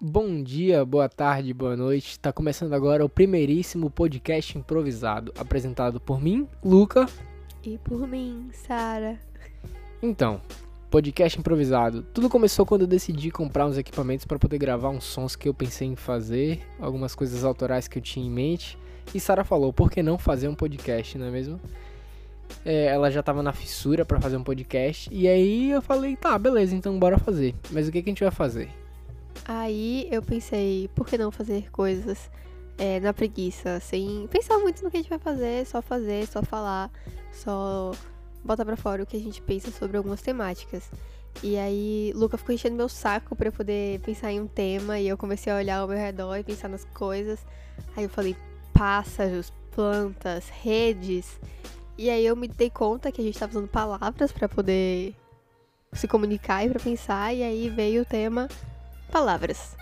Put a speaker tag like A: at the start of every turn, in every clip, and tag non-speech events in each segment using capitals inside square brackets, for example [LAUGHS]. A: Bom dia, boa tarde, boa noite. Está começando agora o primeiríssimo podcast improvisado, apresentado por mim, Luca.
B: E por mim, Sara.
A: Então, podcast improvisado. Tudo começou quando eu decidi comprar uns equipamentos para poder gravar uns sons que eu pensei em fazer, algumas coisas autorais que eu tinha em mente. E Sara falou, por que não fazer um podcast, não é mesmo? É, ela já tava na fissura para fazer um podcast. E aí eu falei, tá, beleza, então bora fazer. Mas o que, que a gente vai fazer?
B: Aí eu pensei, por que não fazer coisas é, na preguiça, sem pensar muito no que a gente vai fazer, só fazer, só falar, só botar pra fora o que a gente pensa sobre algumas temáticas. E aí, Luca ficou enchendo meu saco pra eu poder pensar em um tema, e eu comecei a olhar ao meu redor e pensar nas coisas. Aí eu falei, pássaros, plantas, redes. E aí eu me dei conta que a gente tava usando palavras pra poder se comunicar e pra pensar, e aí veio o tema palavras.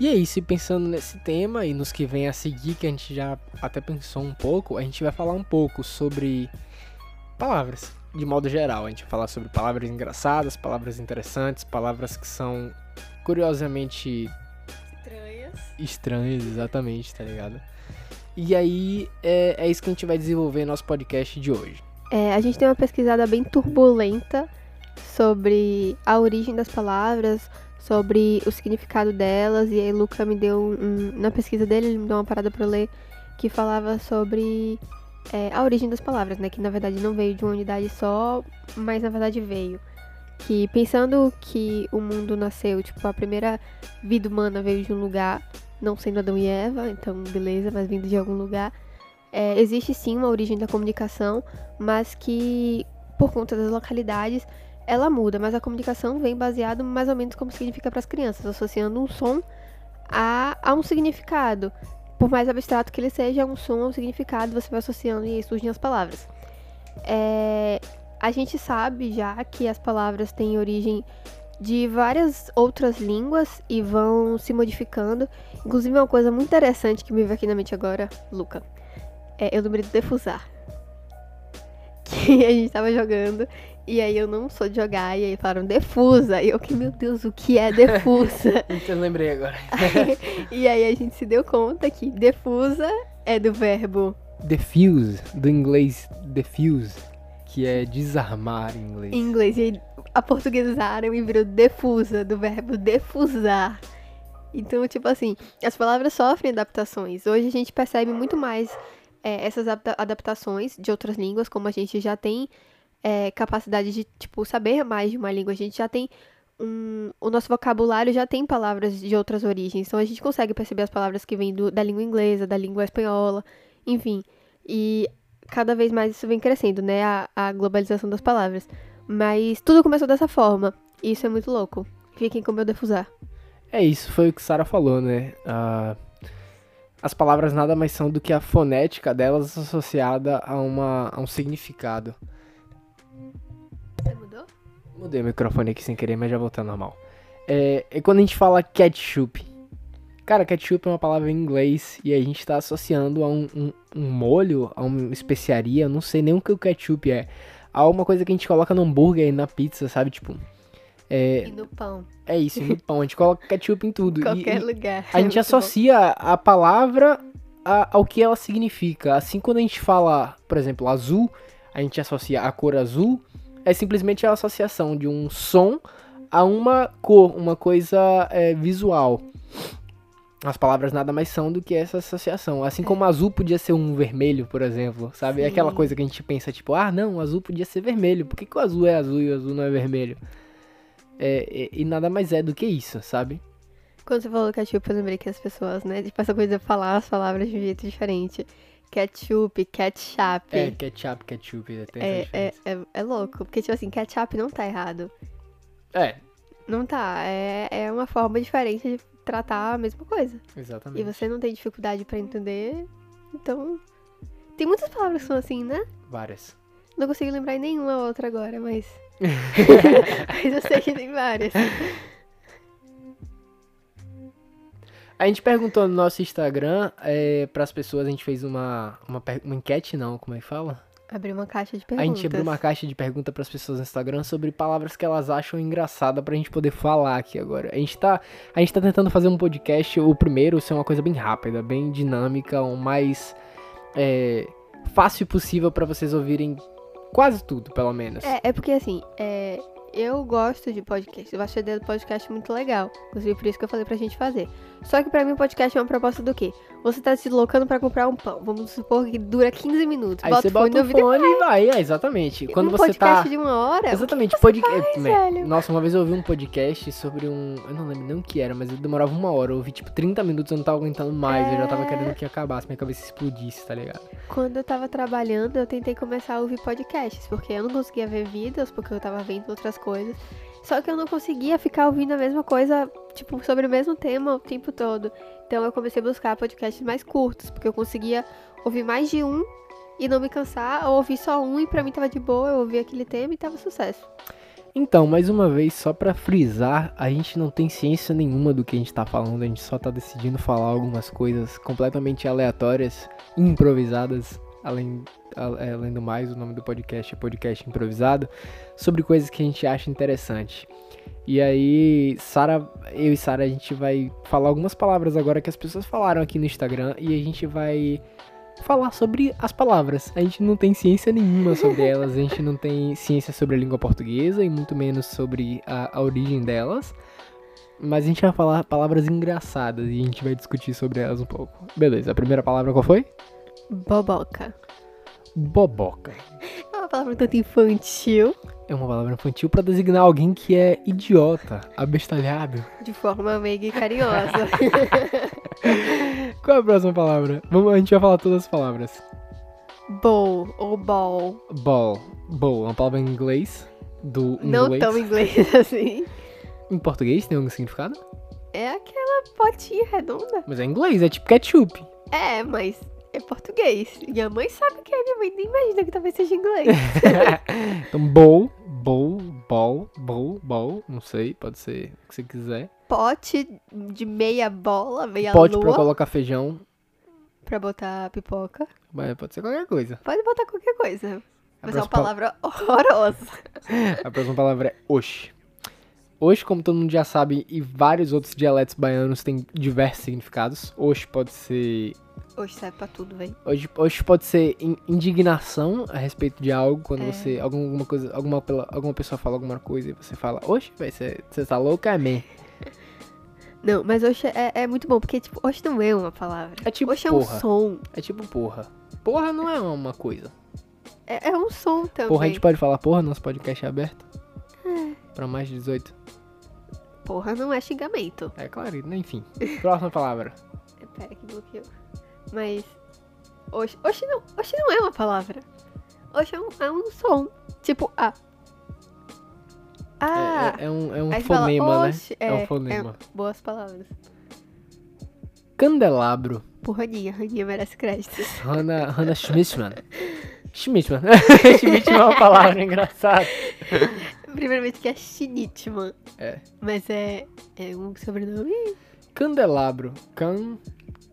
A: E é isso, e pensando nesse tema e nos que vem a seguir, que a gente já até pensou um pouco, a gente vai falar um pouco sobre palavras, de modo geral. A gente vai falar sobre palavras engraçadas, palavras interessantes, palavras que são curiosamente
B: Estranhas.
A: estranhas, exatamente, tá ligado? E aí é, é isso que a gente vai desenvolver em nosso podcast de hoje.
B: É, a gente tem uma pesquisada bem turbulenta sobre a origem das palavras, sobre o significado delas, e aí o Luca me deu um, um- na pesquisa dele, ele me deu uma parada pra eu ler que falava sobre é, a origem das palavras, né? Que na verdade não veio de uma unidade só, mas na verdade veio. Que pensando que o mundo nasceu, tipo, a primeira vida humana veio de um lugar, não sendo Adão e Eva, então beleza, mas vindo de algum lugar. É, existe sim uma origem da comunicação, mas que por conta das localidades ela muda, mas a comunicação vem baseado mais ou menos como significa para as crianças, associando um som a, a um significado. Por mais abstrato que ele seja, um som a um significado, você vai associando e aí surgem as palavras. É, a gente sabe já que as palavras têm origem de várias outras línguas e vão se modificando. Inclusive, uma coisa muito interessante que me veio aqui na mente agora, Luca, é, eu lembrei do defusar. [LAUGHS] Que a gente tava jogando e aí eu não sou de jogar, e aí falaram defusa. E eu que, meu Deus, o que é defusa?
A: [LAUGHS] Então lembrei agora.
B: e aí a gente se deu conta que defusa é do verbo.
A: Defuse, do inglês defuse, que é desarmar em inglês.
B: Em inglês, e aí aportuguesaram e virou defusa, do verbo defusar. Então, tipo assim, as palavras sofrem adaptações. Hoje a gente percebe muito mais é, essas adapta- adaptações de outras línguas, como a gente já tem é, capacidade de, tipo, saber mais de uma língua, a gente já tem um, o nosso vocabulário já tem palavras de outras origens, então a gente consegue perceber as palavras que vêm do- da língua inglesa, da língua espanhola, enfim. E cada vez mais isso vem crescendo, né? A, a globalização das palavras. Mas tudo começou dessa forma. E isso é muito louco. Fiquem com o meu defusar.
A: É isso, foi o que Sara falou, né? Ah, as palavras nada mais são do que a fonética delas associada a, uma, a um significado.
B: Você mudou?
A: Mudei o microfone aqui sem querer, mas já voltou ao normal. É, é quando a gente fala ketchup. Cara, ketchup é uma palavra em inglês e a gente tá associando a um, um- um molho, a uma especiaria, eu não sei nem o que o ketchup é. A uma coisa que a gente coloca no hambúrguer e na pizza, sabe? Tipo,
B: E no pão.
A: é isso, no pão, a gente coloca ketchup em tudo.
B: Em
A: E-
B: qualquer
A: e-
B: lugar.
A: a gente
B: [LAUGHS] É muito
A: associa a palavra a- ao que ela significa. Assim, quando a gente fala, por exemplo, azul, a gente associa a cor azul, é simplesmente a associação de um som a uma cor, uma coisa é, visual. As palavras nada mais são do que essa associação. Assim como azul podia ser um vermelho, por exemplo, sabe? É Aquela
B: Sim.
A: coisa que a gente pensa, tipo, ah, não, o azul podia ser vermelho. Por que, que o azul é azul e o azul não é vermelho? É, e- e nada mais é do que isso, sabe?
B: bom. Quando você falou ketchup, eu lembrei que as pessoas, né? Tipo, essa coisa de falar as palavras de um jeito diferente. Ketchup, ketchup.
A: É, ketchup, ketchup, tem essa
B: é, é,
A: diferença.
B: é- é louco. Porque, tipo assim, ketchup não tá errado.
A: É,
B: Não tá. É, é uma forma diferente de tratar a mesma coisa. E
A: exatamente.
B: você não tem dificuldade pra entender, então. Tem muitas palavras que são assim, né?
A: Várias.
B: Não consigo lembrar em nenhuma outra
A: [LAUGHS]
B: agora, mas. [LAUGHS] mas eu sei que tem várias.
A: A gente perguntou no nosso Instagram, é, pras pessoas, a gente fez uma, uma, per- uma enquete, não, como é que fala?
B: Abrir uma caixa de
A: A
B: perguntas.
A: gente abriu uma caixa de pergunta pras pessoas no Instagram sobre palavras que elas acham engraçada pra gente poder falar aqui agora. A gente tá, a gente tá tentando fazer um podcast, o primeiro, ser uma coisa bem rápida, bem dinâmica, o mais é, fácil possível pra vocês ouvirem quase tudo, pelo menos.
B: É, é porque assim, é, eu gosto de podcast. Eu acho a ideia do podcast muito legal. Inclusive, por isso que eu falei pra gente fazer. Só que pra mim, o podcast é uma proposta do quê? Você tá se deslocando pra comprar um pão. Vamos supor que dura 15 minutos.
A: Aí você bota o
B: ouvido e
A: fone e vai, é, exatamente. Quando
B: um
A: você tá.
B: podcast de uma hora.
A: Exatamente, podcast.
B: velho?
A: Nossa, uma vez eu ouvi um podcast sobre um. Eu não lembro nem o que era, mas ele demorava uma hora. Eu ouvi tipo 30 minutos, eu não tava aguentando mais. Eu já tava
B: É.
A: querendo que acabasse, minha cabeça explodisse, tá ligado?
B: Quando eu tava trabalhando, eu tentei começar a ouvir podcasts, porque eu não conseguia ver vídeos, porque eu tava vendo outras coisas. Só que eu não conseguia ficar ouvindo a mesma coisa, tipo, sobre o mesmo tema o tempo todo. Então eu comecei a buscar podcasts mais curtos, porque eu conseguia ouvir mais de um e não me cansar, ou ouvir só um e pra mim tava de boa, eu ouvi aquele tema e tava sucesso.
A: Então, mais uma vez, só pra frisar, a gente não tem ciência nenhuma do que a gente tá falando, a gente só tá decidindo falar algumas coisas completamente aleatórias, improvisadas, além, a- é, além do mais, o nome do podcast é Podcast Improvisado, sobre coisas que a gente acha interessante. E aí, Sara, eu e Sara, a gente vai falar algumas palavras agora que as pessoas falaram aqui no Instagram e a gente vai falar sobre as palavras. A gente não tem ciência nenhuma
B: [LAUGHS]
A: sobre elas, a gente não tem ciência sobre a língua portuguesa e muito menos sobre a, a origem delas. Mas a gente vai falar palavras engraçadas e a gente vai discutir sobre elas um pouco. Beleza, a primeira palavra qual foi?
B: Boboca.
A: Boboca.
B: É uma palavra tanto infantil,
A: É uma palavra infantil pra designar alguém que é idiota, abestalhado.
B: de forma meiga e carinhosa.
A: Qual é a próxima palavra? Vamos, a gente vai falar todas as palavras.
B: Bowl ou ball.
A: Ball. Ball, é uma palavra em inglês. Do inglês.
B: Não tão inglês [LAUGHS] assim.
A: Em português tem algum significado?
B: É aquela potinha redonda.
A: Mas é em inglês, é tipo ketchup.
B: É, mas é português. Minha mãe sabe que é, minha mãe nem imagina que talvez
A: [LAUGHS]
B: seja inglês.
A: então, bowl, bowl, bowl, bowl, bowl, não sei, pode ser o que você quiser.
B: Pote de meia bola, meia
A: Pode pra
B: lua, pra,
A: colocar feijão,
B: botar pipoca.
A: mas pode ser qualquer coisa.
B: Pode botar qualquer coisa.
A: A
B: Mas é
A: próxima,
B: uma palavra [LAUGHS] horrorosa.
A: a próxima palavra é oxe. Oxe, como todo mundo já sabe, e vários outros dialetos baianos têm diversos significados. Oxe pode ser
B: Hoje serve pra tudo, velho.
A: Hoje, hoje pode ser in- indignação a respeito de algo, quando
B: É.
A: você. Alguma coisa. Alguma, pela- alguma pessoa fala alguma coisa e você fala, oxe, velho, você tá louca, é meh."
B: Não, mas hoje é, é muito bom, porque, tipo, hoje não é uma palavra.
A: É tipo
B: hoje é um
A: porra.
B: som.
A: É tipo porra. Porra não é uma coisa.
B: É, é um som também.
A: Porra, a gente pode falar porra, nosso podcast é aberto.
B: É.
A: Pra mais de 18.
B: Porra não é xingamento.
A: É claro,
B: [LAUGHS]
A: enfim. Próxima palavra.
B: É, Pera que bloqueou. Mas. Oxi, oxi, não, oxi não é uma palavra. Oxi é um, é um som. Tipo, ah. Ah!
A: É, é- é um, é um
B: Aí você fala,
A: fonema, né?
B: "Oxe",
A: É, um
B: é,
A: fonema.
B: Boas palavras.
A: Candelabro.
B: Por Raninha, Raninha merece créditos. [LAUGHS]
A: Hannah, Hannah Schmittman. Schmittman. Schmittman é uma palavra engraçada.
B: Primeiramente que é Shinitman.
A: É.
B: Mas é. É um sobrenome?
A: Candelabro. Can...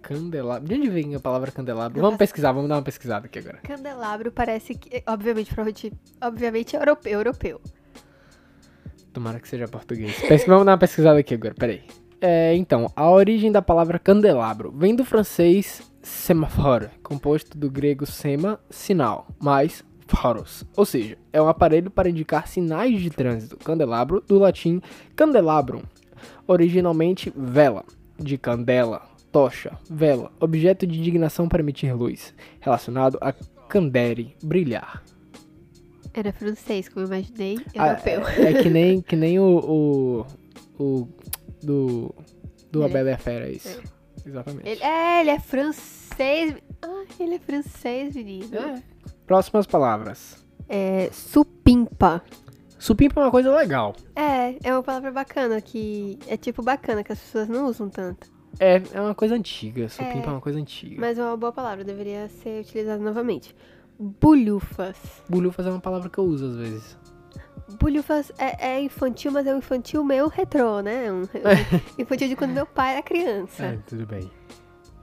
A: Candelabro. De onde vem a palavra candelabro?
B: Não
A: Vamos
B: faço-
A: pesquisar, vamos dar uma pesquisada aqui agora.
B: Candelabro parece que. Obviamente, provavelmente. Obviamente é europeu, europeu.
A: Tomara que seja português. Pes- vamos dar uma pesquisada aqui agora, peraí. É, então, a origem da palavra candelabro vem do francês semaphore, composto do grego sema, sinal, mais phoros, ou seja, é um aparelho para indicar sinais de trânsito. Candelabro, do latim candelabrum, originalmente vela, de candela, tocha, vela, objeto de indignação para emitir luz, relacionado a candere, brilhar.
B: Era francês, como eu imaginei.
A: Ah,
B: Europeu.
A: é, é que nem, que nem o, o. o do. Do
B: É.
A: Abel e a Fera, isso. Exatamente.
B: Ele, é, ele é francês. Ah, ele é francês, menino.
A: É. Próximas palavras.
B: É, supimpa.
A: Supimpa é uma coisa legal.
B: É, é uma palavra bacana que é tipo bacana que as pessoas não usam tanto.
A: É, é uma coisa antiga. Supimpa é,
B: É.
A: uma coisa antiga.
B: Mas é uma boa palavra, deveria ser utilizada novamente. Bulhufas.
A: Bulhufas é uma palavra que eu uso às vezes.
B: Bulhufas é, é infantil, mas é um infantil meio retrô, né? Um, um infantil de quando meu pai era criança.
A: tudo bem.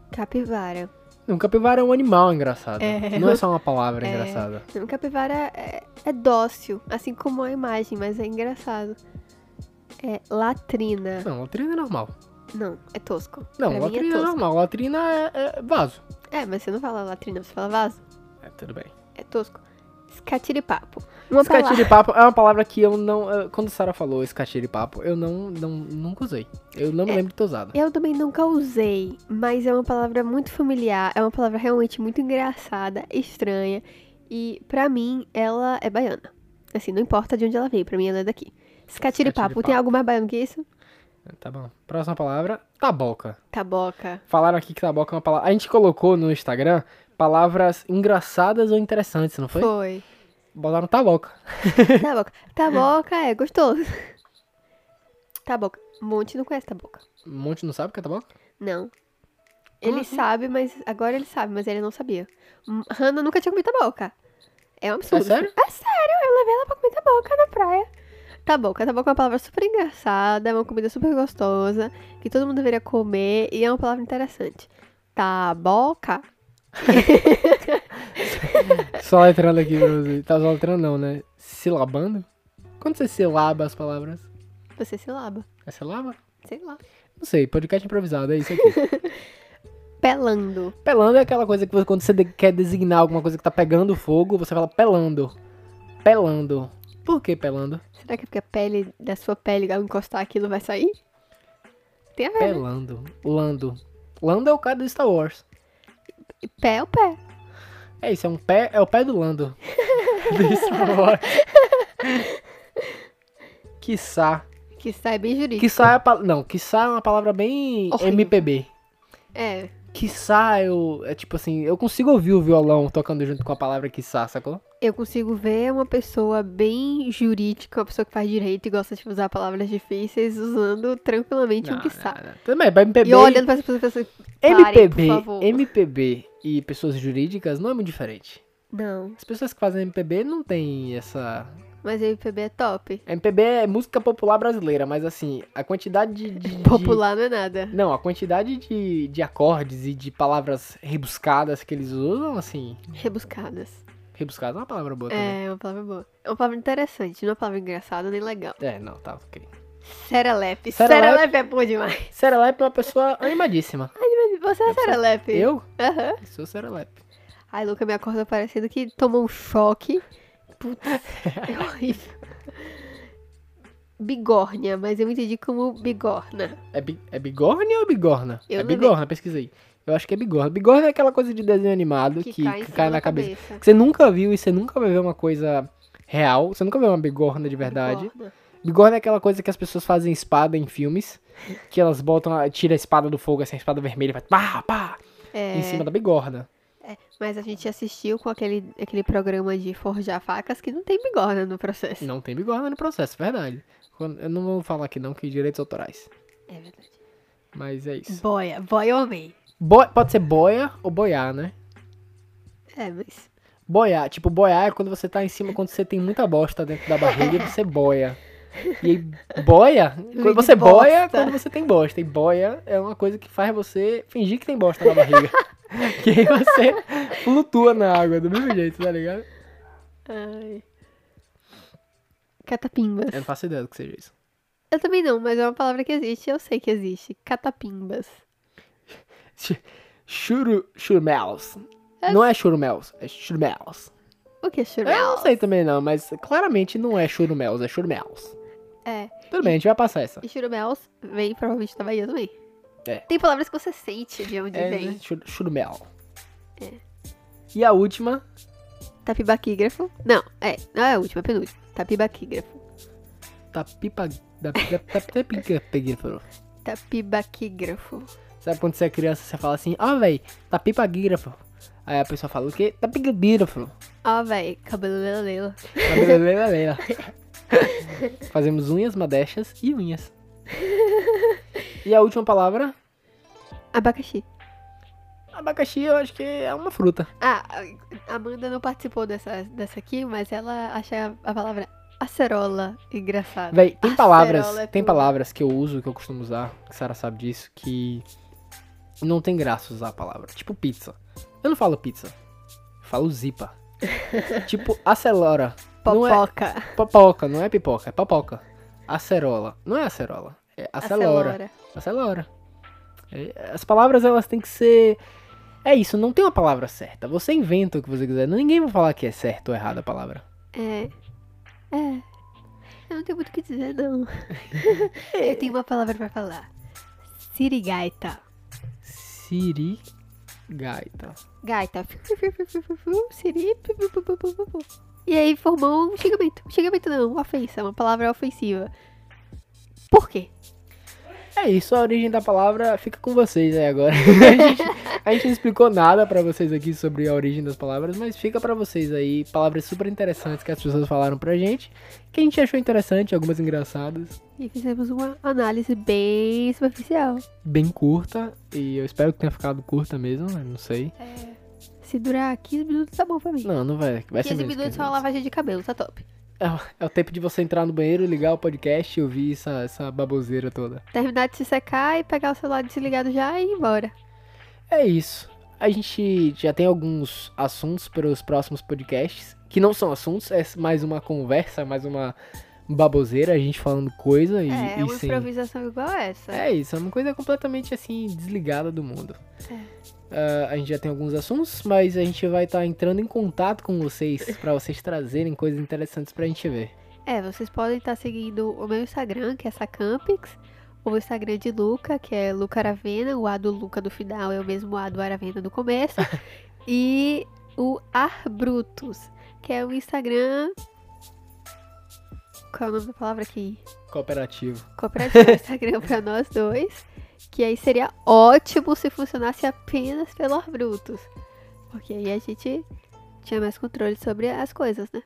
B: Capivara.
A: Um capivara é um animal engraçado.
B: É.
A: Não é só uma palavra
B: [LAUGHS] É.
A: engraçada.
B: Um capivara é, é dócil, assim como a imagem, mas é engraçado. É latrina.
A: Não, latrina é normal.
B: Não, é tosco.
A: Não,
B: pra mim é
A: latrina é,
B: tosco.
A: normal. Latrina é, é vaso.
B: É, mas você não fala latrina, você fala vaso.
A: É, tudo bem.
B: É tosco. Escatiripapo. Uma palavra.
A: Escatiripapo é uma palavra que eu não. eh, Quando a Sarah falou escatiripapo, eu não, não, nunca usei. Eu não me
B: É.
A: lembro de ter usado.
B: Eu também nunca usei, mas é uma palavra muito familiar, é uma palavra realmente muito engraçada, estranha, e pra mim ela é baiana. Assim, não importa de onde ela veio, pra mim ela é daqui. Escatiripapo,
A: Escatiripapo.
B: tem algo mais baiano que é isso?
A: Tá bom. Próxima palavra: taboca.
B: Taboca.
A: Falaram aqui que taboca é uma palavra. A gente colocou no Instagram palavras engraçadas ou interessantes, não foi?
B: Foi.
A: Botaram taboca.
B: Taboca. Taboca é gostoso. Taboca. Um monte não conhece taboca.
A: Um monte não sabe o que é taboca?
B: Não. Ele
A: assim?
B: sabe, mas. Agora ele sabe, mas ele não sabia. Hum, Hannah nunca tinha comido taboca. É um absurdo.
A: É sério?
B: É sério, eu levei ela pra comer taboca na praia. Taboca. Taboca é uma palavra super engraçada, é uma comida super gostosa, que todo mundo deveria comer e é uma palavra interessante. Tá, Taboca.
A: Só letrando aqui, Bruno. Tá só letrando, não, né? Silabando? Quando você silaba as palavras?
B: Você se laba.
A: É silaba?
B: Sei lá.
A: Não sei, podcast improvisado, é isso aqui.
B: Pelando.
A: pelando é aquela coisa que você- quando você de- quer designar alguma coisa que tá pegando fogo, você fala pelando. Pelando. Por que pelando?
B: Será que é porque a pele da sua pele, ao encostar aquilo, vai sair? Tem a ver. né?
A: Pelando. Lando. Lando é o cara do Star Wars.
B: E Pé é o pé.
A: É isso, é um pé, é o pé do Lando. [LAUGHS] do Star
B: [LAUGHS]
A: Wars. Quiçá.
B: Que sai bem jurídico.
A: Quiçá é a pal- Não, quiçá é uma palavra bem
B: Horrível.
A: MPB.
B: É.
A: Quiçá eu. É tipo assim, eu consigo ouvir o violão tocando junto com a palavra quiçá, sacou?
B: Eu consigo ver uma pessoa bem jurídica, uma pessoa que faz direito e gosta de usar palavras difíceis, usando tranquilamente um
A: Não, é
B: que sabe.
A: não, não. Também, pra MPB.
B: E olhando pra essa pessoa e assim, pensando, parem,
A: MPB,
B: por favor.
A: MPB e pessoas jurídicas não é muito diferente.
B: Não,
A: As pessoas que fazem MPB não tem essa.
B: mas MPB é top.
A: MPB é música popular brasileira, mas assim, a quantidade de. de- de-
B: Popular não é nada.
A: Não, a quantidade de, de acordes e de palavras rebuscadas que eles usam, assim.
B: Rebuscadas.
A: Rebuscadas é uma palavra boa também.
B: É, uma palavra boa. É uma palavra interessante, não é uma palavra engraçada nem legal.
A: É, não, tá, ok.
B: Serelepe.
A: Serelepe.
B: Serelepe é bom demais. [LAUGHS]
A: Serelep é uma pessoa animadíssima.
B: Você é
A: Eu sou-
B: Serelepe?
A: Eu?
B: Aham.
A: Sou Serelep.
B: Ai, Luca, me acorda parecendo que tomou um choque. Putz,
A: [LAUGHS]
B: é horrível. Bigorna, mas eu entendi como bigorna.
A: É, bi- é bigorna ou bigorna?
B: Eu
A: é
B: levei-
A: bigorna, pesquisa aí. Eu acho que é bigorna. Bigorna é aquela coisa de desenho animado que,
B: Que, cai, em
A: que
B: cima
A: cai
B: da
A: na cabeça.
B: cabeça.
A: Que você nunca viu e você nunca vai ver uma coisa real. Você nunca vê uma bigorna de verdade. Bigorna,
B: Bigorna.
A: é aquela coisa que as pessoas fazem espada em filmes. Que elas botam, a- tira a espada do fogo, assim, a espada vermelha, e faz pá, pá, em cima da bigorna.
B: É, Mas a gente assistiu com aquele, aquele programa de forjar facas que não tem bigorna no processo.
A: Não tem bigorna no processo, verdade. Quando- Eu não vou falar aqui não, que direitos autorais.
B: É verdade.
A: Mas é isso.
B: Boia, boia eu amei.
A: Boi- pode ser boia ou boiar, né?
B: É, mas.
A: Boiar, tipo, boiar é quando você tá em cima, quando você tem muita bosta dentro da barriga, e você boia. E aí, boia? Quando você
B: bosta.
A: boia, é quando você tem bosta. E boia é uma coisa que faz você fingir que tem bosta na
B: [LAUGHS]
A: barriga. que aí você flutua na água do mesmo jeito, tá ligado?
B: Ai. Catapimbas.
A: Eu não faço ideia do que seja isso.
B: Eu também não, mas é uma palavra que existe, eu sei que existe. Catapimbas.
A: Ch- Churu, churumels.
B: É
A: Não é churumels, é churumels.
B: O que é
A: Eu
B: churros?
A: não sei também não, mas claramente não é churumels, é churumels.
B: É.
A: Tudo bem, a gente vai passar essa.
B: E churumels vem provavelmente da Bahia também.
A: É.
B: Tem palavras que você sente de onde
A: É,
B: vem.
A: né? Chur- churumel. E a última
B: Tapibaquígrafo. Não, é. Não é a última, é a penúltima. Tapibaquígrafo.
A: Tá pipa. Da, da, da, da pica, peguei, falou.
B: Tapibaquígrafo.
A: Sabe quando você é criança, você fala assim, ó, véi, tá pipa gígrafo. Aí a pessoa fala o quê? Tá pica gígrafo.
B: Ó, Ah, véi, cabelo lelelo.
A: Tá Fazemos unhas, madeixas e unhas. E a última palavra?
B: Abacaxi.
A: Abacaxi, eu acho que é uma fruta.
B: Ah, a Amanda não participou dessa, dessa aqui, mas ela acha a palavra acerola engraçada.
A: Véi, tem palavras,
B: Acerola é
A: tem
B: tudo.
A: palavras que eu uso, que eu costumo usar, que a Sarah sabe disso, que não tem graça usar a palavra. Tipo pizza. Eu não falo pizza. Eu falo
B: [LAUGHS]
A: zipa. tipo, acelora. Não é-
B: Popoca.
A: Popoca, não é pipoca, é papoca. Acerola. Não é acerola. É acelora.
B: Acelora.
A: Acelora. É, As palavras, elas têm que ser. É isso, não tem uma palavra certa. Você inventa o que você quiser. Ninguém vai falar que é certo ou errada a palavra.
B: É. É. Eu não tenho muito o que
A: [LAUGHS]
B: dizer, não. Eu tenho uma palavra pra falar. Sirigaita.
A: Siri. Gaita.
B: Gaita. Fiu, fiu, fiu, fiu, fiu, fiu, fiu. Siri. pu, pu, pu, pu, pu, pu, pu. E aí formou um xingamento. Xingamento não, uma ofensa. Uma palavra ofensiva. Por quê?
A: É isso, a origem da palavra fica com vocês aí
B: [LAUGHS]
A: agora. a, gente, a gente não explicou nada pra vocês aqui sobre a origem das palavras, mas fica pra vocês aí palavras super interessantes que as pessoas falaram pra gente, que a gente achou interessante, algumas engraçadas,
B: E fizemos uma análise bem superficial.
A: bem curta, e eu espero que tenha ficado curta mesmo, eu não sei.
B: É. Se durar 15 minutos, tá bom pra mim.
A: Não, não vai, vai ser
B: 15
A: menos que
B: minutos é uma lavagem de cabelo, tá top.
A: É o- É o tempo de você entrar no banheiro, ligar o podcast e ouvir essa, essa baboseira toda.
B: Terminar de se secar e pegar o celular desligado já e ir embora.
A: É isso. A gente já tem alguns assuntos para os próximos podcasts, que não são assuntos, é mais uma conversa, mais uma baboseira, a gente falando coisa e,
B: é,
A: e
B: uma
A: sem...
B: improvisação igual essa.
A: É isso, é uma coisa completamente assim, desligada do mundo.
B: É.
A: Ah, a gente já tem alguns assuntos, mas a gente vai estar entrando em contato com vocês para vocês trazerem coisas interessantes pra gente ver.
B: É, vocês podem estar seguindo o meu Instagram, que é Sacampix, ou o Instagram de Luca, que é Luca Aravena, o A do Luca do final é o mesmo A do Aravena
A: [LAUGHS]
B: do começo, e o Arbrutus, que é o Instagram... Qual é o nome da palavra aqui?
A: Cooperativo.
B: Cooperativo Instagram para nós dois, que aí seria ótimo se funcionasse apenas pelo Arbrutus, porque aí a gente tinha mais controle sobre as coisas, né?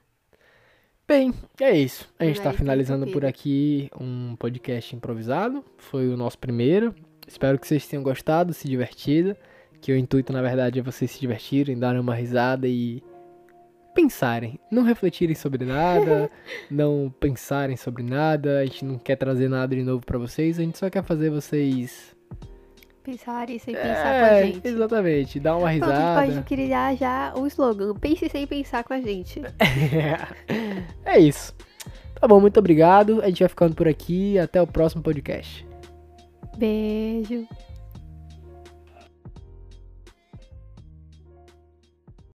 A: Bem, é isso. A gente
B: Por
A: tá
B: aí,
A: finalizando por
B: tranquilo.
A: aqui um podcast improvisado. Foi o nosso primeiro. Espero que vocês tenham gostado, se divertido. Que o intuito, na verdade, é vocês se divertirem, darem uma risada e pensarem. Não refletirem sobre
B: [LAUGHS]
A: nada, não pensarem sobre nada. A gente não quer trazer nada de novo pra vocês. A gente só quer fazer vocês.
B: Pensarem sem pensar com a
A: É,
B: gente.
A: Exatamente, dar uma
B: Pronto, a gente
A: risada.
B: pode criar já o slogan. Pense sem pensar com a gente.
A: [LAUGHS] é isso. Tá bom, muito obrigado. A gente vai ficando por aqui. Até o próximo podcast.
B: Beijo.